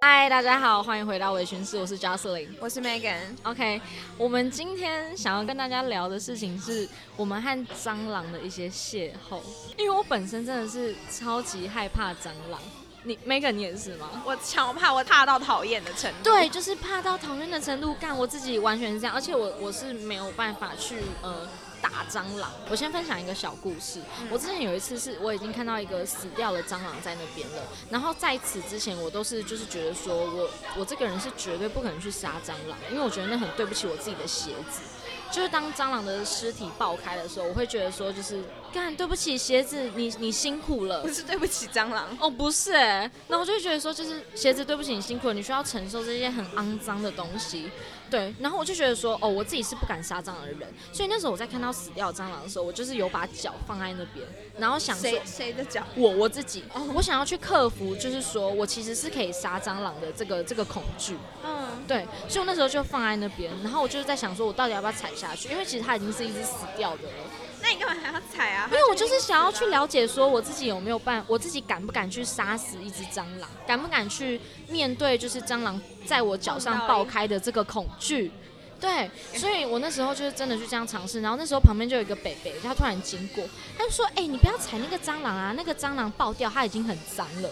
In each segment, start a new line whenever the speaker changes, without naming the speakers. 嗨，大家好，欢迎回到微醺室，我是 Jocelyn。
我是 Megan。
OK，我们今天想要跟大家聊的事情是我们和蟑螂的一些邂逅，因为我本身真的是超级害怕蟑螂。你 Megan 你也是吗？
我超怕，我怕到讨厌的程度。
对，就是怕到讨厌的程度，干我自己完全是这样，而且我我是没有办法去呃打蟑螂。我先分享一个小故事，
嗯
我之前有一次是我已经看到一个死掉的蟑螂在那边了，然后在此之前我都是就是觉得说我我这个人是绝对不可能去杀蟑螂，因为我觉得那很对不起我自己的鞋子。就是当蟑螂的尸体爆开的时候，我会觉得说，就是干对不起鞋子，你你辛苦了
不。是对不起蟑螂，
哦，不是哎、那我就会觉得说，就是鞋子，对不起，你辛苦了，你需要承受这些很肮脏的东西。对，然后我就觉得说，哦，我自己是不敢杀蟑螂的人，所以那时候我在看到死掉的蟑螂的时候，我就是有把脚放在那边，然后想说
谁，谁的脚？
我我自己，我想要去克服，就是说我其实是可以杀蟑螂的这个这个恐惧。
嗯，
对，所以我那时候就放在那边，然后我就是在想说，我到底要不要踩下去？因为其实它已经是一只死掉的了。
那你干嘛还要踩啊？
因为我就是想要去了解，说我自己有没有办，我自己敢不敢去杀死一只蟑螂，敢不敢去面对就是蟑螂在我脚上爆开的这个恐惧。对，所以我那时候就是真的去这样尝试，然后那时候旁边就有一个北北，他突然经过，他就说：“哎、你不要踩那个蟑螂啊，那个蟑螂爆掉，它已经很脏了。”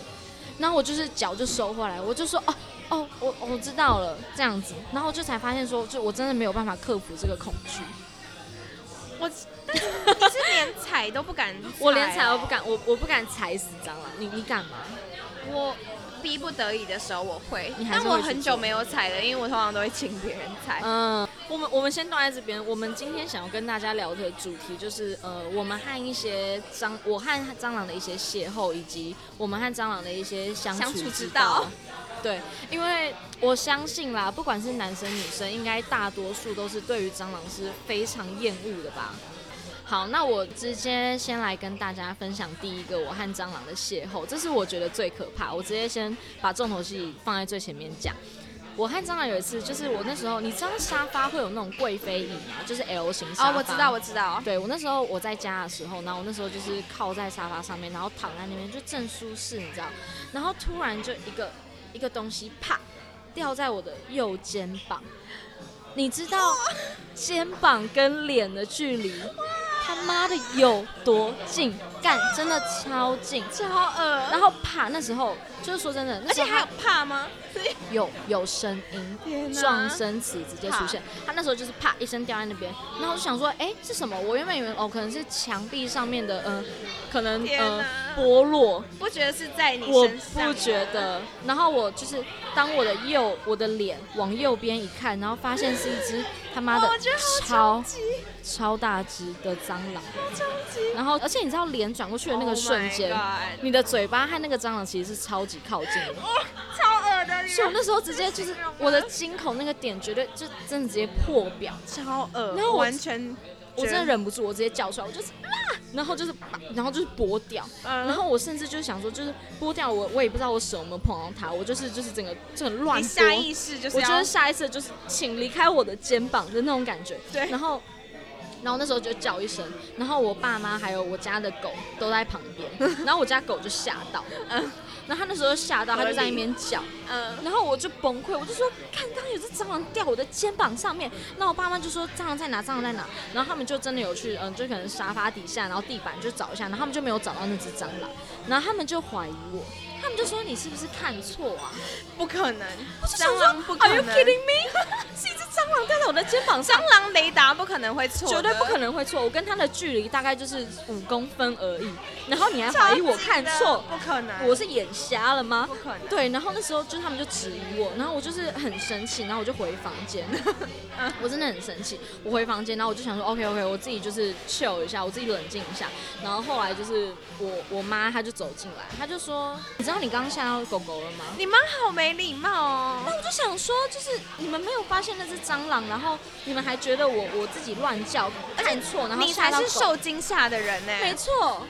然后我就是脚就收回来，我就说：“哦哦，我我知道了，这样子。”然后就才发现说，就我真的没有办法克服这个恐惧。
我，但是你是连踩哦都不敢，
我连踩都不。敢，我我不敢踩死蟑螂。你你敢吗？
我逼不得已的时候我会
你，还是
但
会
我很久没有踩了，因为我通常都会请别人踩。哦
嗯，我们我们先断在这边。我们今天想要跟大家聊的主题就是，呃，我们和一些蟑，我和蟑螂的一些邂逅，以及我们和蟑螂的一些相
相
处
处
之
之
道
道。
对，因为我相信啦，不管是男生女生，应该大多数都是对于蟑螂是非常厌恶的吧。好，那我直接先来跟大家分享第一个我和蟑螂的邂逅，这是我觉得最可怕。我直接先把重头戏放在最前面讲。我和蟑螂有一次，就是我那时候，你知道沙发会有那种贵妃椅吗？就是 L 型沙发。
哦，我知道，我知道。
对我那时候我在家的时候，然后我那时候就是靠在沙发上面，然后躺在那边就正舒适，你知道，然后突然就一个一个东西啪掉在我的右肩膀，你知道肩膀跟脸的距离他妈的有多近？干，真的超近。
超恶，
然后啪，那时候就是说真的，那时
而且
候
还有怕吗？
有有声音，
天
撞声词直接出现。他那时候就是啪一声掉在那边，然后我就想说，哎、是什么？我原本以为哦，可能是墙壁上面的，嗯、可能
天
呃
哪
剥落，
不觉得是在你
我
身上？
不觉。得。然后我就是当我的右我的脸往右边一看，然后发现是一只他妈的
哦我觉得好
超
冲击，
超大只的蟑螂，
冲击。
然后而且你知道脸转过去的那个瞬间
Oh my god
你的嘴巴和那个蟑螂其实是超级靠近的。
哦，超恶的，
所以我那时候直接就是我的惊恐那个点，绝对就真的直接破表，
超恶，
然后我
完全，
我真的，忍不住，我直接叫出来，我就是啊，然后就是啪然后就是剥掉，
嗯
然后我甚至就是想说，就是剥掉我，我也不知道我手有没有碰到它，我就是就是整个就很乱
你
拨
下意识就是
我
要
觉得下一次就是请离开我的肩膀的那种感觉。
对
然后，然后那时候就叫一声，然后我爸妈还有我家的狗都在旁 边，然后我家狗就吓到，嗯，然后他那时候吓到，他就在那边叫，
嗯，
然后我就崩溃，我就说，看，刚刚有只蟑螂掉我的肩膀上面，那我爸妈就说蟑螂在哪，蟑螂在哪，然后他们就真的有去，嗯，就可能沙发底下，然后地板就找一下，然后他们就没有找到那只蟑螂，然后他们就怀疑我，他们就说你是不是看错啊？
不可能，
我啊就想
蟑
说
螂不可
Are you
能，
kidding me？是一啊只蟑螂掉在我的肩膀上
蟑。螂雷达不可能会错，
绝对不可。能会错，我跟它的距离大概就是五公分而已，然后你还怀疑哎我看错，
不可能，
我是眼瞎了吗
不？可能，
对，然后那时候就是他们就质疑我，然后我就是很生气，然后我就回房间， 我真的很生气，我回房间，然后我就想说 OK OK，我自己就是 chill 一下，我自己冷静一下，然后后来就是我我妈她就走进来，她就说，你知道你刚刚吓到狗狗了吗？
你妈好没礼貌哦。
那我就想说，就是你们没有发现那只蟑螂，然后你们还觉得我我自己乱叫看错，然后
你
吓
才
到
是
狗。
受惊吓的人呢、
没错，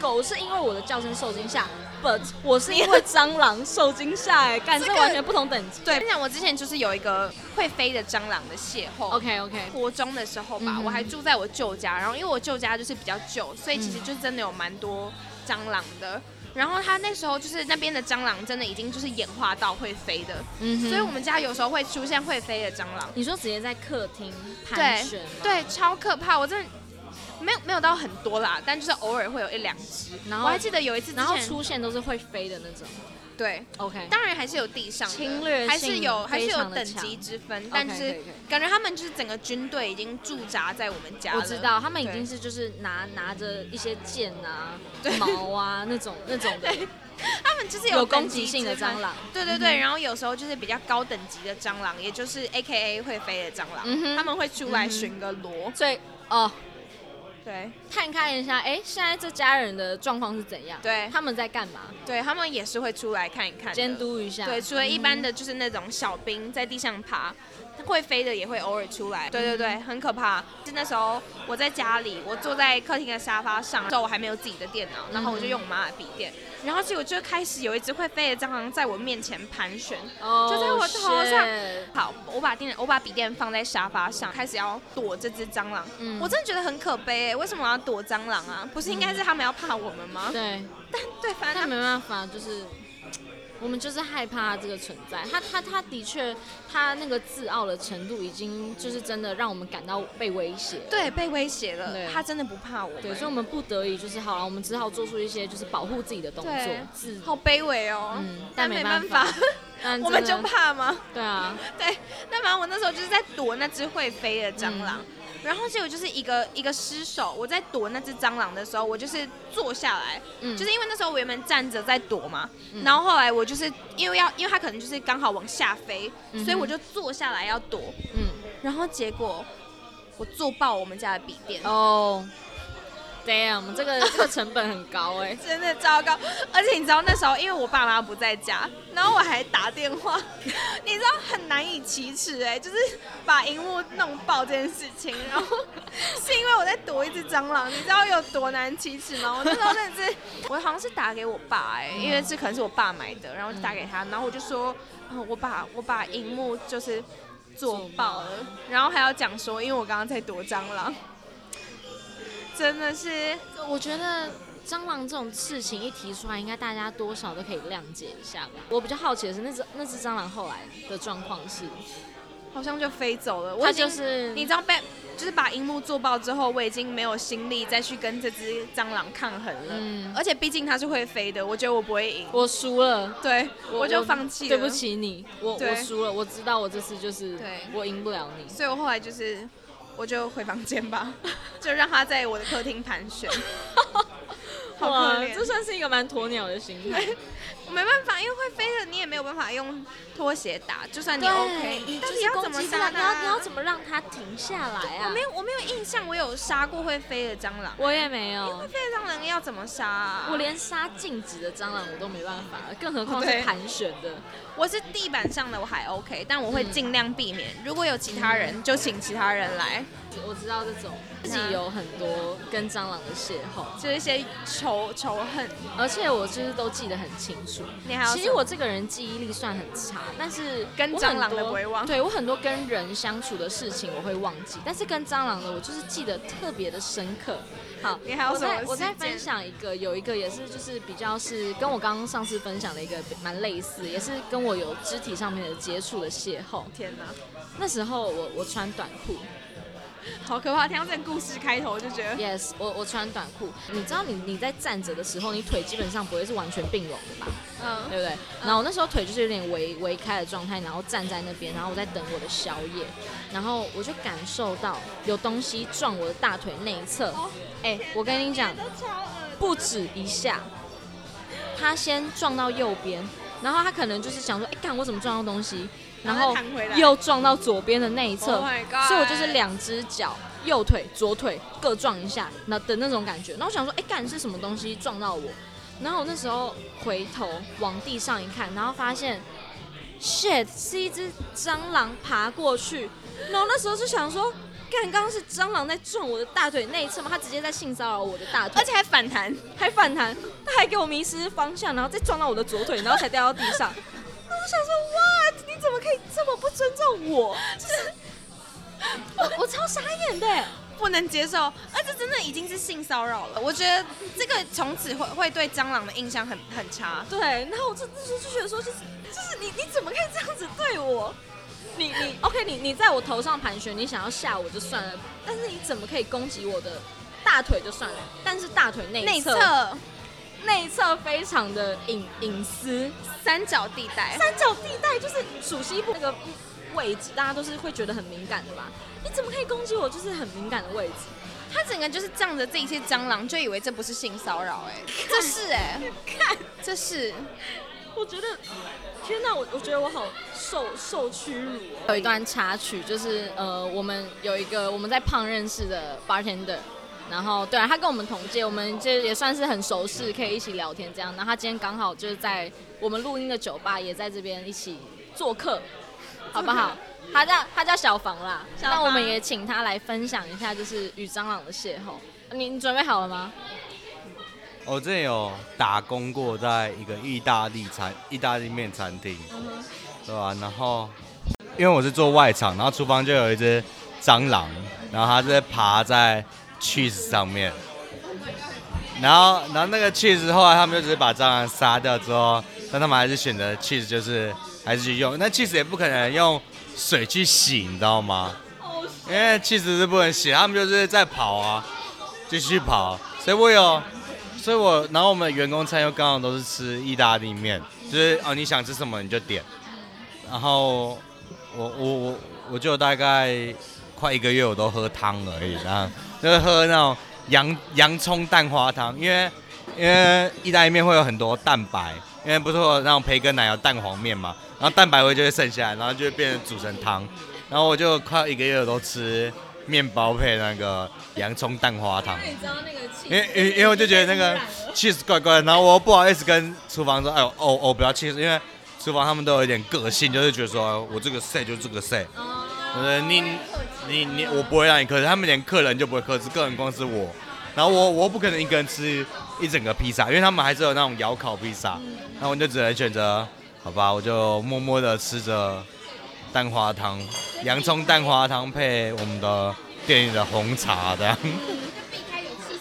狗是因为我的叫声受惊吓，but 我是因为蟑螂受惊吓，哎，干这
这个
完全不同等级。
对，跟你讲，我之前就是有一个会飞的蟑螂的邂逅。
OK OK，
国中的时候吧，
嗯哼
我还住在我舅家，然后因为我舅家就是比较旧，所以其实
嗯
就真的有蛮多蟑螂的。然后它那时候就是那边的蟑螂真的已经就是演化到会飞的，
嗯哼
所以我们家有时候会出现会飞的蟑螂，
你说直接在客厅盘
对
旋吗？
对，超可怕，我真的没有没有到很多啦，但就是偶尔会有一两只。
然
我
后
还记得有一次之前，
然后出现都是会飞的那种。
对，
OK，
当然还是有地上的
侵略性
还是有还是
非
有
常地
等
强
级之分，但
OK，
是
可以可以
感觉他们就是整个军队已经驻扎在我们家了。
我知，道他们已经
对
是就是拿拿着一些剑啊
对、
毛啊那种那种 的
他们就是
有
等
攻
级
击性的
之分
蟑。螂。嗯
对对对，然后有时候就是比较高等级的蟑螂，也就是 A K A 会飞的蟑螂，
嗯哼
他们会出来
嗯哼
巡个逻。
所以哦，
对
探看一下，哎，现在这家人的状况是怎样？
对
他们在干嘛？
对，他们也是会出来看一看的
监。督嗯一下。
对，除了一般的就是那种小兵在地上爬，会飞的也会偶尔出来。对对
嗯
对，很可怕。就那时候我在家里，我坐在客厅的沙发上，那时候我还没有自己的电脑，然后我就用我妈的笔电，然后结果就开始有一只会飞的蟑螂在我面前盘旋。
哦，
就在我头上
shit
好，我把电我把笔电放在沙发上，开始要躲这只蟑螂。
嗯
我真的觉得很可悲哎，为什么我要躲蟑螂啊？不是应该是他们要怕我们吗？
对，
对，反
但
正他
没
们
办法，就是我们就是害怕这个存在。他他他的确，他那个自傲的程度已经就是真的让我们感到被威胁。
对被威胁
对
了，他真的不怕我们。
对，所以我们不得已就是好了，我们只好做出一些就是保护自己的动作
对，
自
好卑微哦，
嗯，
但
没
没办
法
法，，
但
我们就
真的
怕吗？
对啊，
对，那反正我那时候就是在躲那只会飞的
嗯
蟑螂，然后结果就是一个一个失手，我在躲那只蟑螂的时候，我就是坐下来，
嗯，
就是因为那时候我原本站着在躲嘛，
嗯
然后后来我就是因为要，因为它可能就是刚好往下飞，
嗯哼
所以我就坐下来要躲，
嗯
然后结果我坐爆我们家的笔电。
哦，damn，这个这个成本很高哎、
真的糟糕，而且你知道那时候，因为我爸妈不在家，然后我还打电话， 你知道很难以启齿哎，就是把荧幕弄爆这件事情，然后 是因为我在躲一只蟑螂，你知道有多难启齿吗？我那时候真的是， 我好像是打给我爸哎，因为这可能是我爸买的，然后我就打给他，然后我就说，嗯，我把我把荧幕就是做爆了，然后还要讲说，因为我刚刚在躲蟑螂，真的是。
我觉得蟑螂这种事情一提出来，应该大家多少都可以谅解一下吧。我比较好奇的是，那只那只蟑螂后来的状况是，
好像就飞走了。我
它
已经
就是
你知道被就是把荧幕做爆之后，我已经没有心力再去跟这只蟑螂抗衡了。
嗯
而且毕竟它是会飞的，我觉得我不会赢。
我输了。
对，我就放弃
对
了。
不。起你，我我
对
输了，我知道我这次就是
对
我赢不了你。
所以我后来就是，我就回房间 吧，就让它在我的客厅盘旋。好
哇
可怜，
这算是一个蛮鸵鸟的心态。
我没办法，因为会飞的你也没有办法用拖鞋打，就算你
对，
OK，
你
到
就
底
是
要
攻
怎么
击它，
杀它？
你要你要怎么让它停下来啊？
我没有我没有印象，我有杀过会飞的蟑螂。
我也没有
会，飞的蟑螂要怎么杀、啊？
我连杀静止的蟑螂我都没办法，更何况是
对
盘旋的。
我是地板上的，我还 OK，但我会
嗯
尽量避免。如果有其他人，就请其他人来，
我知道这种自
啊
己有很多跟蟑螂的邂逅，
就是一些仇仇恨。
而且我就是都记得很清楚。
你还有
其实我这个人记忆力算很差，但是
跟
我很
蟑螂的
多
不会忘
对我很多跟人相处的事情我会忘记，但是跟蟑螂的我就是记得特别的深刻。好，
你还有
我
什么
再我再
事件
分享一个，有一个也是就是比较是跟我刚刚上次分享的一个蛮类似，也是跟我有肢体上面的接触的邂逅。
天哪，
那时候我我穿短裤，
好可怕！听到这个故事开头，我就觉得
Yes，我我穿短裤。你知道你你在站着的时候，你腿基本上不会是完全并拢的吧？
嗯，
对不对？然后我那时候腿就是有点微微开的状态，然后站在那边，然后我在等我的宵夜，然后我就感受到有东西撞我的大腿内侧。
哦
哎、我跟你讲，
Oh
不止一下，他先撞到右边，然后他可能就是想说，哎、看我怎么撞到东西，然
然后
后
再弹回来
又撞到左边的那一侧
Oh my god
所以我就是两只脚。右腿、左腿各撞一下，那的那种感觉。然后我想说，哎、干是什么东西撞到我？然后我那时候回头往地上一看，然后发现，shit，是一只蟑螂爬过去。然后那时候就想说，干，刚刚是蟑螂在撞我的大腿内侧吗？它直接在性骚扰我的大腿
而，且还反弹，
还反弹，它还给我迷失方向，然后再撞到我的左腿，然后才掉到地 上。那我想说，what？你怎么可以这么不尊重我？就是我我超傻眼的欸，
不能接受，而这真的已经是性骚扰了。我觉得这个从此会会对蟑螂的印象很很差。
对，然后我就就就觉得说，就是就是你你怎么可以这样子对我？你你 OK，你你在我头上盘旋，你想要吓我就算了，但是你怎么可以攻击我的大腿就算了，但是大腿内
内
侧
侧
内侧非常的隐隐私，
三角地带，
三角地带就是属西部那个位置，大家都是会觉得很敏感的吧？你怎么可以攻击我？就是很敏感的位置。
他整个就是仗着这一些蟑螂，就以为这不是性骚扰，哎，这是哎、
看，
这是。
我觉得，天哪，我我觉得我好受受屈辱哦。
有一段插曲，就是呃，我们有一个我们在胖认识的 bartender，然后对啊，他跟我们同届，我们就也算是很熟识，可以一起聊天这样。然后他今天刚好就是在我们录音的酒吧，也在这边一起做客，好不 好？他叫他叫小房啦，
小
那我们
房
也请他来分享一下，就是与蟑螂的邂逅。你你准备好了吗？
我之前哦有打工过，在一个意大利餐意大利面餐厅，对吧、然后因为我是做外场，然后厨房就有一只蟑螂，然后它是爬在 cheese 上面，然后然后那个 cheese 后来他们就只是把蟑螂杀掉之后，但他们还是选择 cheese 就是还是去用，那 cheese 也不可能用水去洗，你知道吗？因为 cheese 是不能洗，他们就是在跑啊，继续跑，所以我有。所以我，然后我们员工餐又刚好都是吃意大利面，就是哦，你想吃什么你就点。然后我我我我就大概快一个月我都喝汤而已，然后就是喝那种洋洋葱蛋花汤，因为因为意大利面会有很多蛋白，因为不是会有那种培根奶油蛋黄面嘛，然后蛋白会就会剩下来，然后就会变成煮成汤。然后我就快一个月我都吃面包配那个洋葱蛋花汤。
你知道那个气
因为因为因为我就觉得那个 cheese 怪怪的，然后我又不好意思跟厨房说，哎呦，哦哦，不要 cheese，因为厨房他们都有一点个性，就是觉得说，哎我这个 say 就这个 say，呃，你你你我不会让你克制，他们连客人就不会克制，客人光是我，然后我我不可能一个人吃一整个披萨，因为他们还是有那种窑烤披萨，那我就只能选择，好吧，我就默默的吃着蛋花汤，洋葱蛋花汤配我们的店里的红茶这样。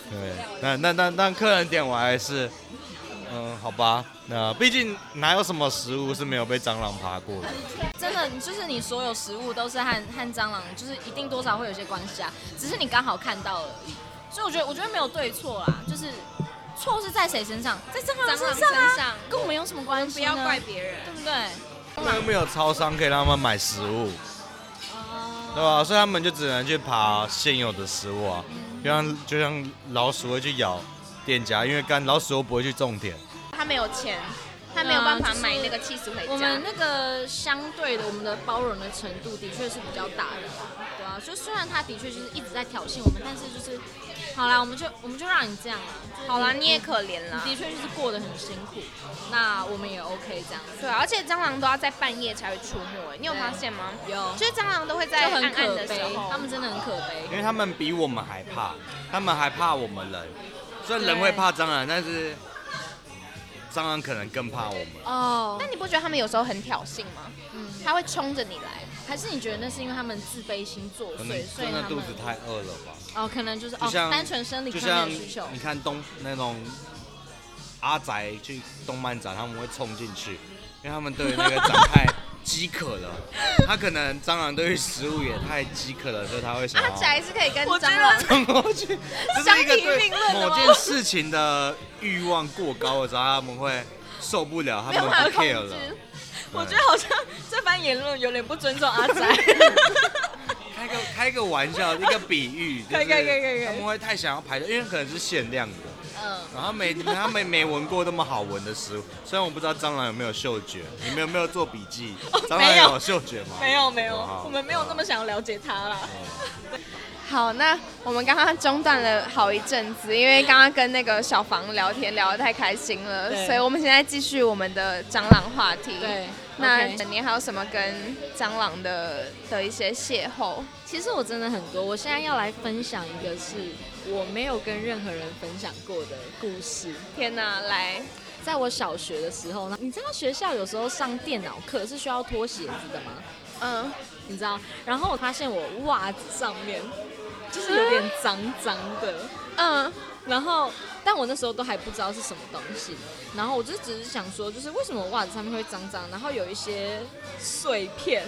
对，那那那那客人点我还是，嗯，好吧，那毕竟哪有什么食物是没有被蟑螂爬过的？
真的，就是你所有食物都是和和蟑螂，就是一定多少会有些关系啊，只是你刚好看到而已。所以我觉得，我觉得没有对错啦，就是错是在谁身上，在蟑螂
蟑
身
螂
上啊，
身上
跟我们有什么关
不
系呢？
要怪别人。
对不对？
他们又没有超商可以让他们买食物，对吧？所以他们就只能去爬现有的食物啊，就像就像老鼠会去咬店家，因为干老鼠又不会去种田。
他没有钱，啊他没有办法
嗯就是
买那个气死回家。
我们那个相对的，我们的包容的程度的确是比较大的啦，对啊。所以虽然他的确就是一直在挑衅我们，但是就是，好啦，我们就我们就让你这样啦。就是嗯
好啦，你也可怜啦。
的确就是过得很辛苦，那我们也 OK 这样子。
对啊，而且蟑螂都要在半夜才会出没，哎你有发现吗？
有
就是蟑螂都会
嗯
在
就
暗
很
暗
可
的时
悲，
候，
他们真的很可悲。
因为他们比我们还怕，他们还怕我们人，虽然人会怕蟑螂，但是蟑螂可能更怕我们。
哦
但你不觉得他们有时候很挑衅吗？
嗯，
他会冲着你来，
还是你觉得那是因为他们自卑心作
可能
祟，所以
真的
他
肚
们
子太饿了吧？
哦，可能就是
就
哦，
像
单纯生理
就
上面
像
的需求
你。看东那种阿宅去动漫展，他们会冲进去，因为他们对于那个展太饥渴了。他可能蟑螂对于食物也太饥渴了，所以他会想
阿
要
宅是可以跟
我觉
蟑
得
螂
冲过去。这是一个对某件事情的欲望过高的时候，他们会受不了，他
没
们
有办法
不
控
care 了。
制。
我觉得好像
嗯
这番言论有点不尊重阿仔。
开个开个玩笑，一个比喻，就
可以
是
可以可以可以
他们会太想要排队，因为可能是限量的。
嗯，
然后没他们没闻过那么好闻的食物，虽然我不知道蟑螂有没有嗅觉，你们有没有做笔记？蟑螂
没有
有嗅觉吗？
哦没有没有
哦好，
我们没有那么想要了解他啦。
好，那我们刚刚中断了好一阵子，因为刚刚跟那个小房聊天聊得太开心了，
对
所以我们现在继续我们的蟑螂话题。
嗯
对。
那
OK
你还有什么跟蟑螂的的一些邂逅？
其实我真的很多，我现在要来分享一个是我没有跟任何人分享过的故事。
天哪，来，
在我小学的时候呢，你知道学校有时候上电脑课是需要脱鞋子的吗？
嗯，
你知道？然后我发现我袜子上面就是有点脏脏的。
嗯，
然后，但我那时候都还不知道是什么东西。然后我就只是想说，就是为什么袜子上面会脏脏，然后有一些碎片，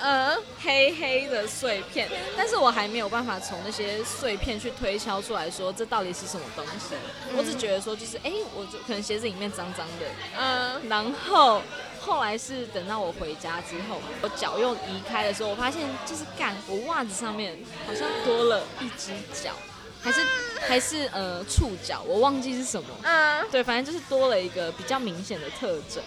呃，黑黑的碎片。但是我还没有办法从那些碎片去推敲出来说这到底是什么东西。我只觉得说，就是哎、诶我就可能鞋子里面脏脏的，
嗯，
然后后来是等到我回家之后，我脚又移开的时候，我发现就是干，我袜子上面好像多了一只脚，还是还是呃触角，我忘记是什么。
嗯，
对，反正就是多了一个比较明显的特征，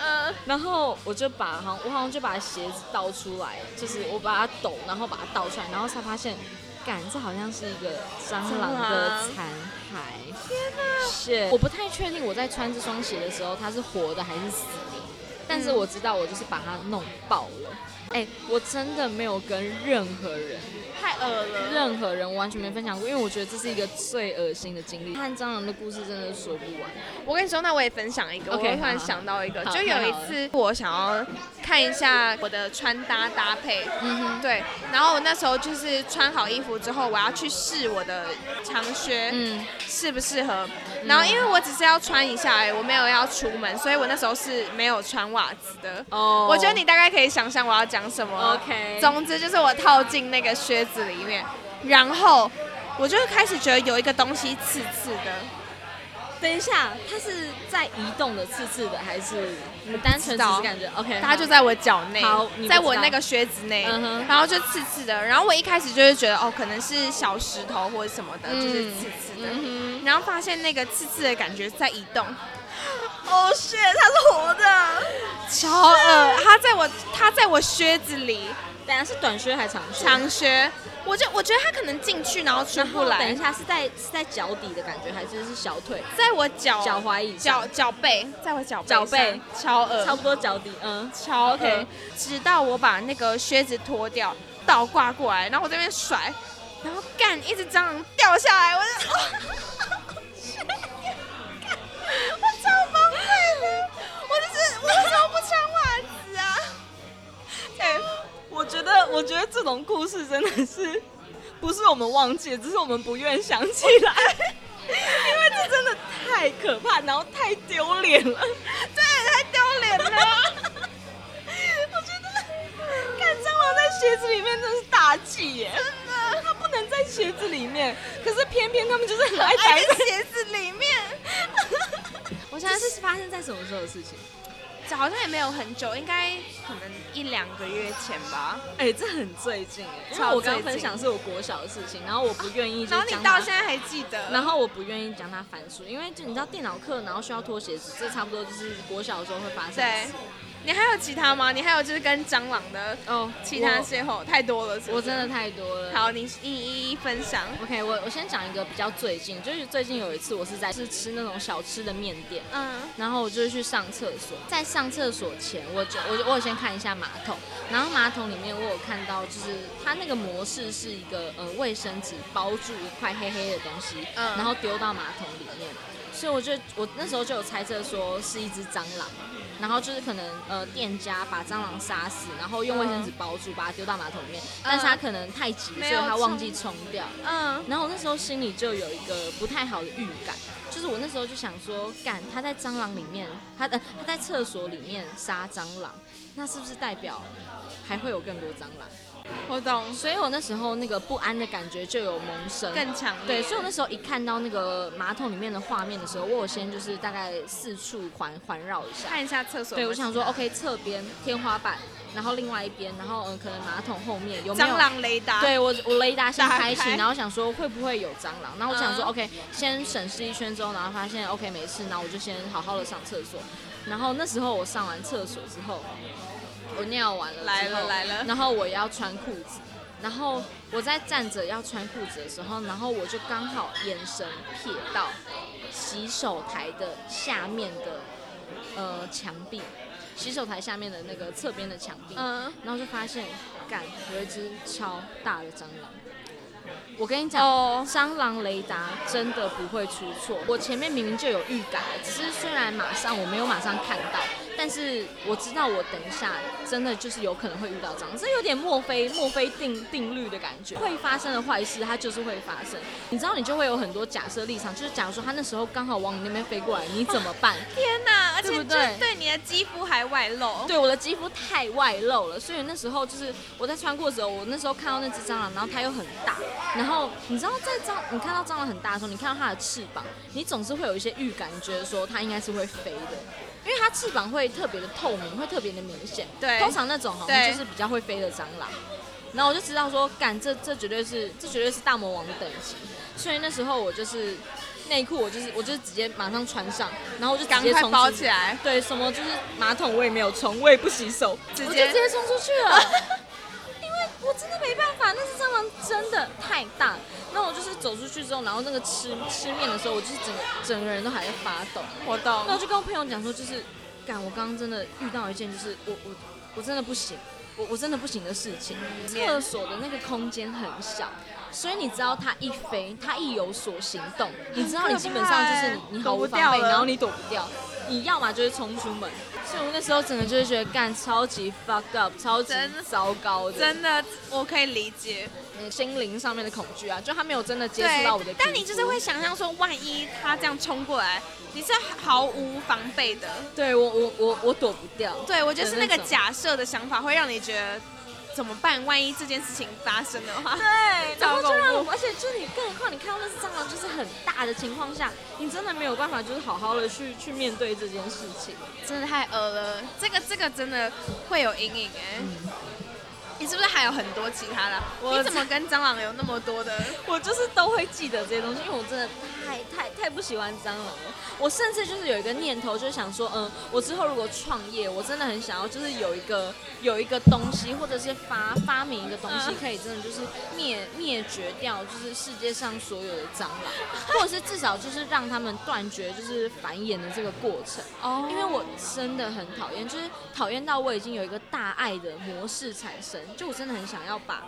嗯，
然后我就把好像我好像就把鞋子倒出来，就是我把它抖，然后把它倒出来，然后才发现，感这好像是一个蟑螂的
蟑
残骸。天哪！我不太确定我在穿这双鞋的时候它是活的还是死的，但是我知道我就是把它弄爆了。嗯哎、我真的没有跟任何人
太恶了。
任何人完全没分享过，因为我觉得这是一个最恶心的经历。看蟑螂的故事真的说不完。
我跟你说，那我也分享一个
OK，
我突然
好好
想到一个，
好
就
太
有一
好了
次我想要看一下我的穿搭搭配，
嗯哼。
对，然后我那时候就是穿好衣服之后，我要去试我的长靴，
嗯，
适不适合。然后因为我只是要穿一下、哎，我没有要出门，所以我那时候是没有穿袜子的。
哦
我觉得你大概可以想象我要讲什么了。
OK
总之就是我套进那个靴子里面，然后我就开始觉得有一个东西刺刺的，
等一下，它是在移动的、刺刺的，还是你单纯只
不知道
是感觉？OK，
它就
好
在我脚内
好你不，知道
在我那个靴子内
嗯哼，
然后就刺刺的。然后我一开始就是觉得哦，可能是小石头或者什么的，
嗯
就是刺刺的。
嗯
然后发现那个刺刺的感觉在移动。哦，血，它是活的，超恶！它在我它在我靴子里，
哼，等一下是短靴还是长靴？
长靴，我就我觉得它可能进去然后出
然
不
后等一
来，
下是在是在脚底的感觉，还是是小腿、
在我脚
脚踝以上
脚？脚背，在我脚背
脚背
上超恶，
差不多脚底，嗯，
超
OK
恶直到我把那个靴子脱掉，倒挂过来，然后我这边甩，然后干一只蟑螂掉下来，我就。
哦
我超崩溃的，我就是我为什么不穿袜子啊？
哎、我觉得，我觉得这种故事真的是不是我们忘记，只是我们不愿想起 来，因为这真的太可怕，然后太丢脸了，对，太丢脸了。 我觉得看蟑螂在鞋子里面真是大忌耶，真的，它不能在鞋子里面，可是偏偏他们就是很爱
还
待
在
在。
鞋子里面，
哎 我现在是发生在什么时候的事情？
这好像也没有很久，应该可能一两个月前吧。
哎、这很最近哎，因为
超
我刚
最
刚分
近
享是我国小的事情，然后我不愿意就
然
是
后
讲
你到
它
现在还记得？
然后我不愿意将它翻书，因为就你知道电脑课，然后需要脱鞋子，这差不多就是国小的时候会发生的
对
事。，
你还有其他吗？你还有就是跟蟑螂的
哦，
其他邂逅太多了是
我
不
我
是
真的太多了。
好，你你一一分享。
，OK，我我先讲一个比较最近，就是最近有一次我是在是吃那种小吃的面店。
嗯
然后我就去上厕所，在上厕所前，我就我就我有先看一下马桶，然后马桶里面我有看到，就是它那个模式是一个呃卫生纸包住一块黑黑的东西，
嗯
然后丢到马桶里面，所以我就我那时候就有猜测说是一只蟑螂，然后就是可能呃店家把蟑螂杀死，然后用卫生纸包住把它丢到马桶里面，但是它可能太急，所
嗯没
以
有
它忘记
冲
冲掉。
嗯，
然后我那时候心里就有一个不太好的预感，就是我那时候就想说，干他在蟑螂里面，他呃他在厕所里面杀蟑螂，那是不是代表还会有更多蟑螂？
我懂，
所以我那时候那个不安的感觉就有萌生。
更强烈。
对，所以我那时候一看到那个马桶里面的画面的时候，我有先就是大概四处环环绕一下，
看一下厕所
对，
有没有
我
其他。
想说 OK 侧边天花板，然后另外一边，然后嗯、呃可能马桶后面有没有
蟑螂雷达。，
对我我雷达先
打
开启
开，
然后想说会不会有蟑螂，然后我想说、
嗯
OK，先审视一圈之后，然后发现 OK 没事，然后我就先好好的上厕所。然后那时候我上完厕所之后，我尿完了
来
之
了
后
来了
然后我也要穿裤子，然后我在站着要穿裤子的时候，然后我就刚好眼神瞥到洗手台的下面的呃墙壁，洗手台下面的那个侧边的墙壁，
嗯，
然后就发现，干有一只超大的蟑螂。我跟你讲，
哦，
蟑螂雷达真的不会出错。我前面明明就有预感了，只是虽然马上我没有马上看到，但但是我知道我等一下真的就是有可能会遇到蟑螂，这有点墨菲墨菲定定律的感觉，会发生的坏事它就是会发生，你知道你就会有很多假设立场，就是假如说它那时候刚好往你那边飞过来，你怎么办？
天哪！而且
对不
就
对
是对你的肌肤还外露，
对，我的肌肤太外露了，所以那时候就是我在穿裤子的时候，我那时候看到那只蟑螂，然后它又很大，然后你知道在蟑你看到蟑螂很大的时候，你看到它的翅膀，你总是会有一些预感，你觉得说它应该是会飞的，因为它翅膀会特别的透明，会特别的明显。
对
通常那种好像
对
就是比较会飞的蟑螂。然后我就知道说，干这这绝对是这绝对是大魔王的等级，所以那时候我就是内裤我就是我就是直接马上穿上，然后我就直
赶
接
快
冲
包
出
起来，
对，什么就是马桶我也没有冲，我也不洗手，
直
我就
接
直接冲出去 了。因为我真的没办法，那只蟑螂真的太大。那我就是走出去之后，然后那个吃吃面的时候，我就是整个整个人都还在发抖。
活
那我
动。
就跟我朋友讲说，就是，干，我刚刚真的遇到一件，就是我我我真的不行，我我真的不行的事情。
嗯
厕所的那个空间很小，所以你知道它一飞，它一有所行动，你知道你基本上就是你你毫无防
躲不
备，
掉了
然后你躲不掉，你要么就是冲出门。所以我那时候整个就是觉得干超级 fucked up，超级
真的
糟糕的，
真的，我可以理解。
嗯心灵上面的恐惧啊，就他没有真的接触
对
到我的皮肤，，
但你就是会想象说，万一他这样冲过来，你是毫无防备的。
对我我我我躲不掉，
对，我觉得是那个
的那种
假设的想法会让你觉得怎么办？万一这件事情发生的 话，
对，然
超
后就
啊恐
让我
怖
而且就是你，更何况你看到那只蟑螂就是很大的情况下，你真的没有办法就是好好的去去面对这件事情。
真的太恶了。这个这个真的会有阴影哎、你是不是还有很多其他的啊？
嗯我
你怎么跟蟑螂有那么多的？
我就是都会记得这些东西，因为我真的太太太不喜欢蟑螂了。我甚至就是有一个念头，就是想说，嗯，我之后如果创业，我真的很想要就是有一个有一个东西，或者是发发明一个东西
嗯，
可以真的就是灭灭绝掉，就是世界上所有的蟑螂，或者是至少就是让他们断绝就是繁衍的这个过程。
哦
因为我真的很讨厌，就是讨厌到我已经有一个大爱的模式产生，就我真的很想要把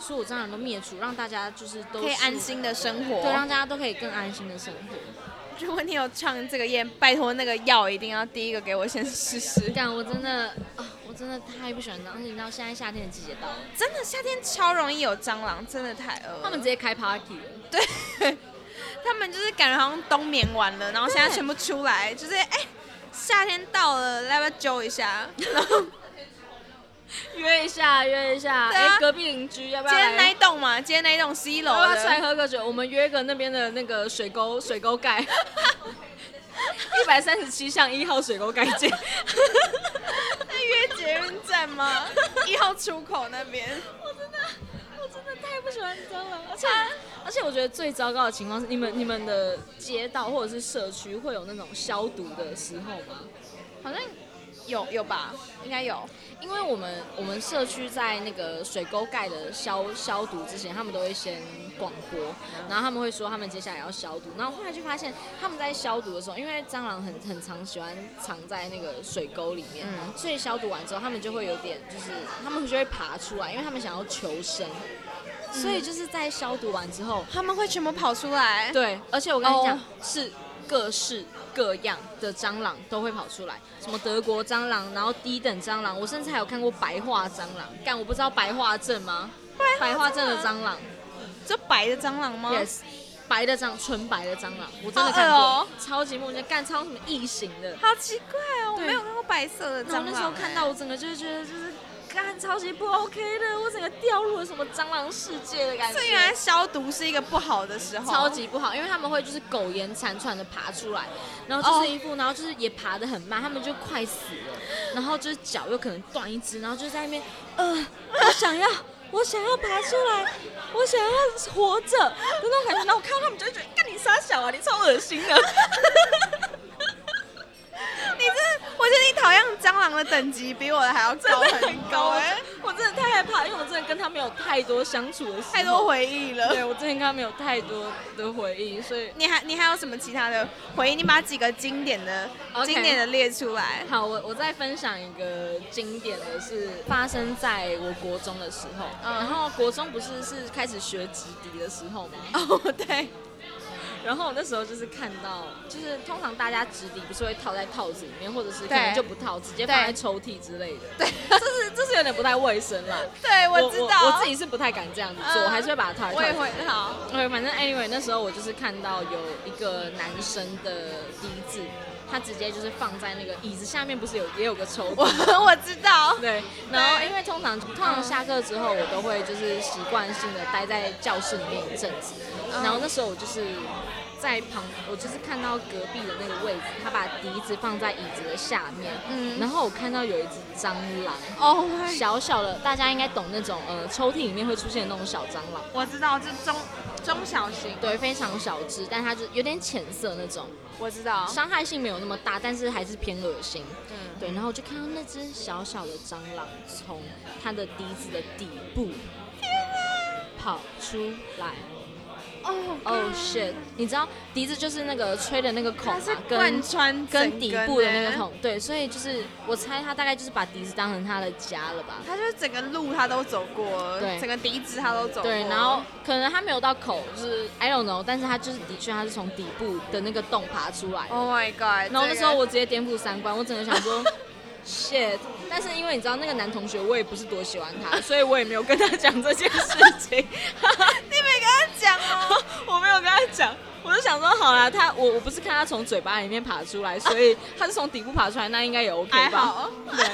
所有蟑螂都灭除，让大家就是都
可以
是
安，心的生活。
对，让大家都可以更安心的生活。
如果你有创这个业，拜托那个药一定要第一个给我先 试试。
但我真的啊，我真的太不喜欢蟑螂，而且你知道现在夏天的季节到了，
真的夏天超容易有蟑螂，真的太恶了。
他们直接开 party 了。
对，他们就是感觉好像冬眠完了，然后现在全部出来，就是哎、夏天到了，来不要揪一下？然后
约一下，约一下，
对
哎、
啊
隔壁邻居要不
今
要
天那
来
一？栋嘛，今天那一栋十一楼
要不要出来
的，
喝个酒？我们约个那边的那个水 沟水沟盖，一百三十七巷一号水沟盖见。
在约捷运站吗？一号出口那边，
我真的，我真的太不喜欢蟑螂，而且、而且我觉得最糟糕的情况是，你们你们的街道或者是社区会有那种消毒的时候吗？
好像有有吧，应该有。
因为我们我们社区在那个水沟盖的消消毒之前，他们都会先广播，然后他们会说他们接下来要消毒，然后后来就发现他们在消毒的时候，因为蟑螂很很常喜欢藏在那个水沟里面，
嗯
所以消毒完之后，他们就会有点就是他们就会爬出来，因为他们想要求生，所以就是在消毒完之后，
他们会全部跑出来，
对，哎而且我跟你讲、
哦
是各式各样的蟑螂都会跑出来，什么德国蟑螂，然后低等蟑螂，我甚至还有看过白化蟑螂。干，我不知道白化症吗？
哎
白化症的蟑螂
就白的蟑螂吗
，yes，白的蟑螂，纯白的蟑螂，我真的
好恶
看过，
哦
超级梦见干超什么异形的。
好奇怪哦，我
对
没有看过白色的蟑
然后
螂。
那时候看到，我整个就是觉得就是干超级不 OK 的，我整个掉入了什么蟑螂世界的感觉。
这原来消毒是一个不好的时候，
超级不好，因为他们会就是苟延残喘的爬出来，然后就是一副，然后就是也爬得很慢，他们就快死了，然后就是脚又可能断一只，然后就在那边，呃， 我想要，我想要爬出来，我想要活着的那种感觉，然后我 看到他们就会觉得，干你傻小啊，你超恶心的，
你这，我觉得你讨厌蟑螂的等级比我的还要高很高哎、
我真的太害怕，因为我真的跟他们有太多相处的时候
太多，回忆了。
对我之前跟他们有太多的回忆，所以
你还你还有什么其他的回忆？你把几个经典的
OK
经典的列出来。
好，我我再分享一个经典的是发生在我国中的时候，
嗯
然后国中不是是开始学直笛的时候吗？
哦，对，
然后我那时候就是看到，就是通常大家纸笔不是会套在套子里面，或者是可能
对
就不套，直接放在
对
抽屉之类的。对， 这是这是有点不太卫生啦。
对， 我知道，
我我自己是不太敢这样子做，
嗯
我还是会把它套在
我也
套子。
会好，
对，反正 anyway 那时候我就是看到有一个男生的笛子，他直接就是放在那个椅子下面，不是有也有个抽屉。
我我知道，
对，然后因为通常通常下课之后，我都会就是习惯性的待在教室里面一阵子，
嗯
然后那时候我就是在旁，我就是看到隔壁的那个位置，他把笛子放在椅子的下面，
嗯
然后我看到有一只蟑螂，
，Oh my，
小小的，大家应该懂那种呃抽屉里面会出现的那种小蟑螂，
我知道，就是中中小型，
对，非常小只，但它就有点浅色那种，
我知道，
伤害性没有那么大，但是还是偏恶心。
嗯，
对，然后我就看到那只小小的蟑螂从它的笛子的底部跑出来。
哦
哦、shit！你知道笛子就是那个吹的那个孔
它
嘛
是，
跟
贯穿
跟
整
底
根
部的那
欸
个，孔，对，所以就是我猜它大概就是把笛子当成它的家了吧。
它就是整个路它都走过，
对
整个笛子它都走过，
对，然后可能它没有到口，就是 I don't know，但是它就是的确它是从底部的那个洞爬出来的。
，Oh my god，
然后那
这个
时候我直接颠覆三观，我整个想说 shit。但是因为你知道那个男同学，我也不是多喜欢他，所以我也没有跟他讲这件事情。
你没跟他讲哦，
我没有跟他讲，我就想说好啦，他我我不是看他从嘴巴里面爬出来，所 以他是从底部爬出来，那应该也 OK
还
吧？
好。
对，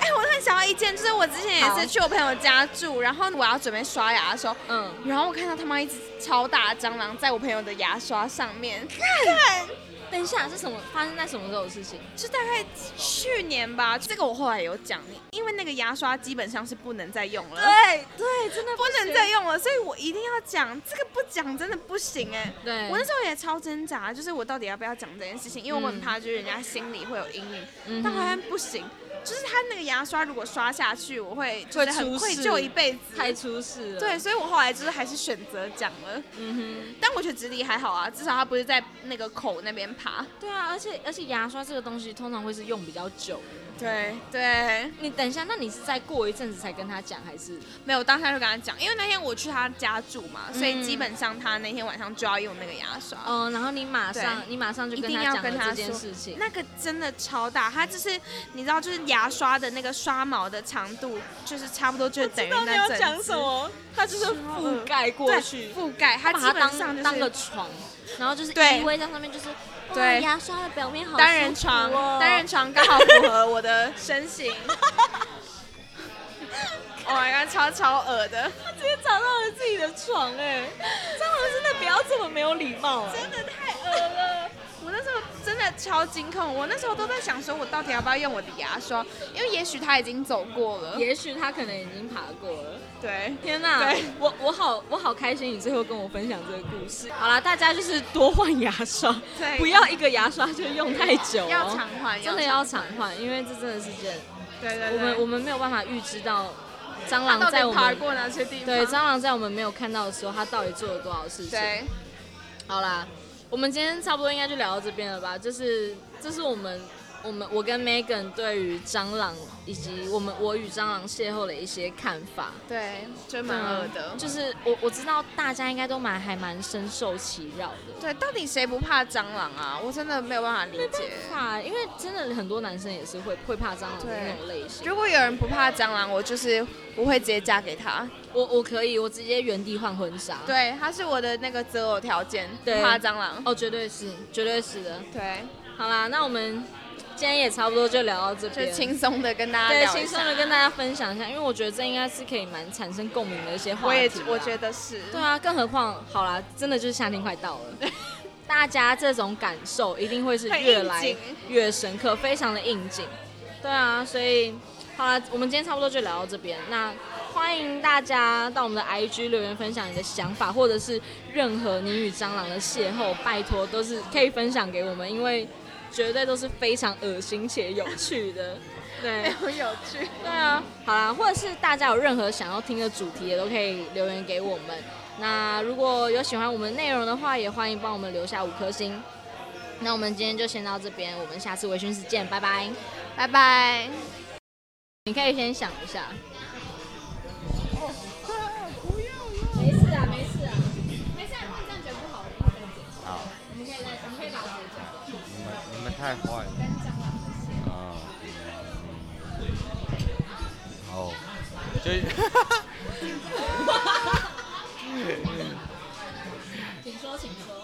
哎，我突然想到一件，就是我之前也
好
是去我朋友家住，然后我要准备刷牙的时候，
嗯，
然后我看到他妈一只超大的蟑螂在我朋友的牙刷上面，看，
等一下是什么发生在什么时候的事情？
就大概去年吧，这个我后来有讲，因为那个牙刷基本上是不能再用了，
对对，真的
不能再用了，所以我一定要讲，这个不讲真的不行哎、
对，
我那时候也超挣扎，就是我到底要不要讲这件事情，因为我很
嗯
怕就是人家心里会有阴影，
嗯哼
但好像不行。就是他那个牙刷，如果刷下去，我会就是很
会
愧
出事
疚一辈子。
太出事了。
对，，所以我后来就是还是选择讲了。
嗯
但我觉得直立还好啊，至少它不是在那个口那边爬。
哼，对啊，而且而且牙刷这个东西通常会是用比较久。
对对，
你等一下，那你是再过一阵子才跟他讲，还是
没有，我当下就跟他讲，因为那天我去他家住嘛，所以
嗯
基本上他那天晚上就要用那个牙刷。
嗯、然后你马上你马上就跟
啊一定
他
要
讲
跟
了
他
这件
说
事情？
那个真的超大，它就是你知道，就是牙刷的那个刷毛的长度，就是差不多就等于
到底
那
要
整
讲
只
什么？他就是覆盖过
对
去，
覆盖，
他
它
把
基
它
本
当
上就是
当个床，然后就是
对
依偎在上面，就是
对
哇牙刷的表面好
单人
舒服
床，
哦
单人床刚好符合我的身形。Oh my god，超超恶的，
他直接找到了自己的床哎、 蟑螂真的不要这么没有礼貌哎、
真的太恶了。我那时候真的超惊恐，我那时候都在想说，我到底要不要用我的牙刷？因为也许它已经走过了。
也许他可能已经爬过了。
对，
天呐、
对
我我好我好开心，你最后跟我分享这个故事。好啦，大家就是多换牙刷，
对
不要一个牙刷就用太久、哦，
要偿还，
真的
要
要常换，因为这真的是件
偿。对对
我
对，
们我们没有办法预知到蟑
它
螂
到
在
底
我
爬
们
过哪些地方？
对蟑螂在我们没有看到的时候，它到底做了多少事情？
对，
好啦，我们今天差不多应该就聊到这边了吧？就是这是我们我们我跟 Megan 对于蟑螂以及我们我与蟑螂邂逅的一些看法。
对，真蛮恶的。
啊就是我我知道大家应该都蛮还蛮深受其扰的。
对，到底谁不怕蟑螂啊？我真的没有办法理解。
怕，因为真的很多男生也是会会怕蟑螂的那种类型。
如果有人不怕蟑螂，我就是我会直接嫁给他。
我我可以，我直接原地换婚纱。，
对，他是我的那个择偶条件，不
对
怕蟑螂。
哦，绝对是，绝对是的。
对，
好啦，那我们今天也差不多就聊到这
就
边，
轻松的跟大家
对
聊一
轻松的
下。
跟大家分享一下，因为我觉得这应该是可以蛮产生共鸣的一些话题。
我也我觉
得，
得是。
对啊，更何况好啦，真的就是夏天快到了，大家这种感受一定会是
很
越
应
来
景
越深刻，非常的应景。对啊，所以好啦，我们今天差不多就聊到这边。那欢迎大家到我们的 IG 留言分享你的想法，或者是任何你与蟑螂的邂逅，拜托都是可以分享给我们，因为绝对都是非常恶心且有趣的。 对，
很有趣。
对啊，好啦，或者是大家有任何想要听的主题，也都可以留言给我们。那如果有喜欢我们内容的话，也欢迎帮我们留下五颗星。那我们今天就先到这边，我们下次微醺时见，拜拜。
拜拜。
你可以先想一下。哦啊
好。太坏了。啊，哦，就是
请说，请说。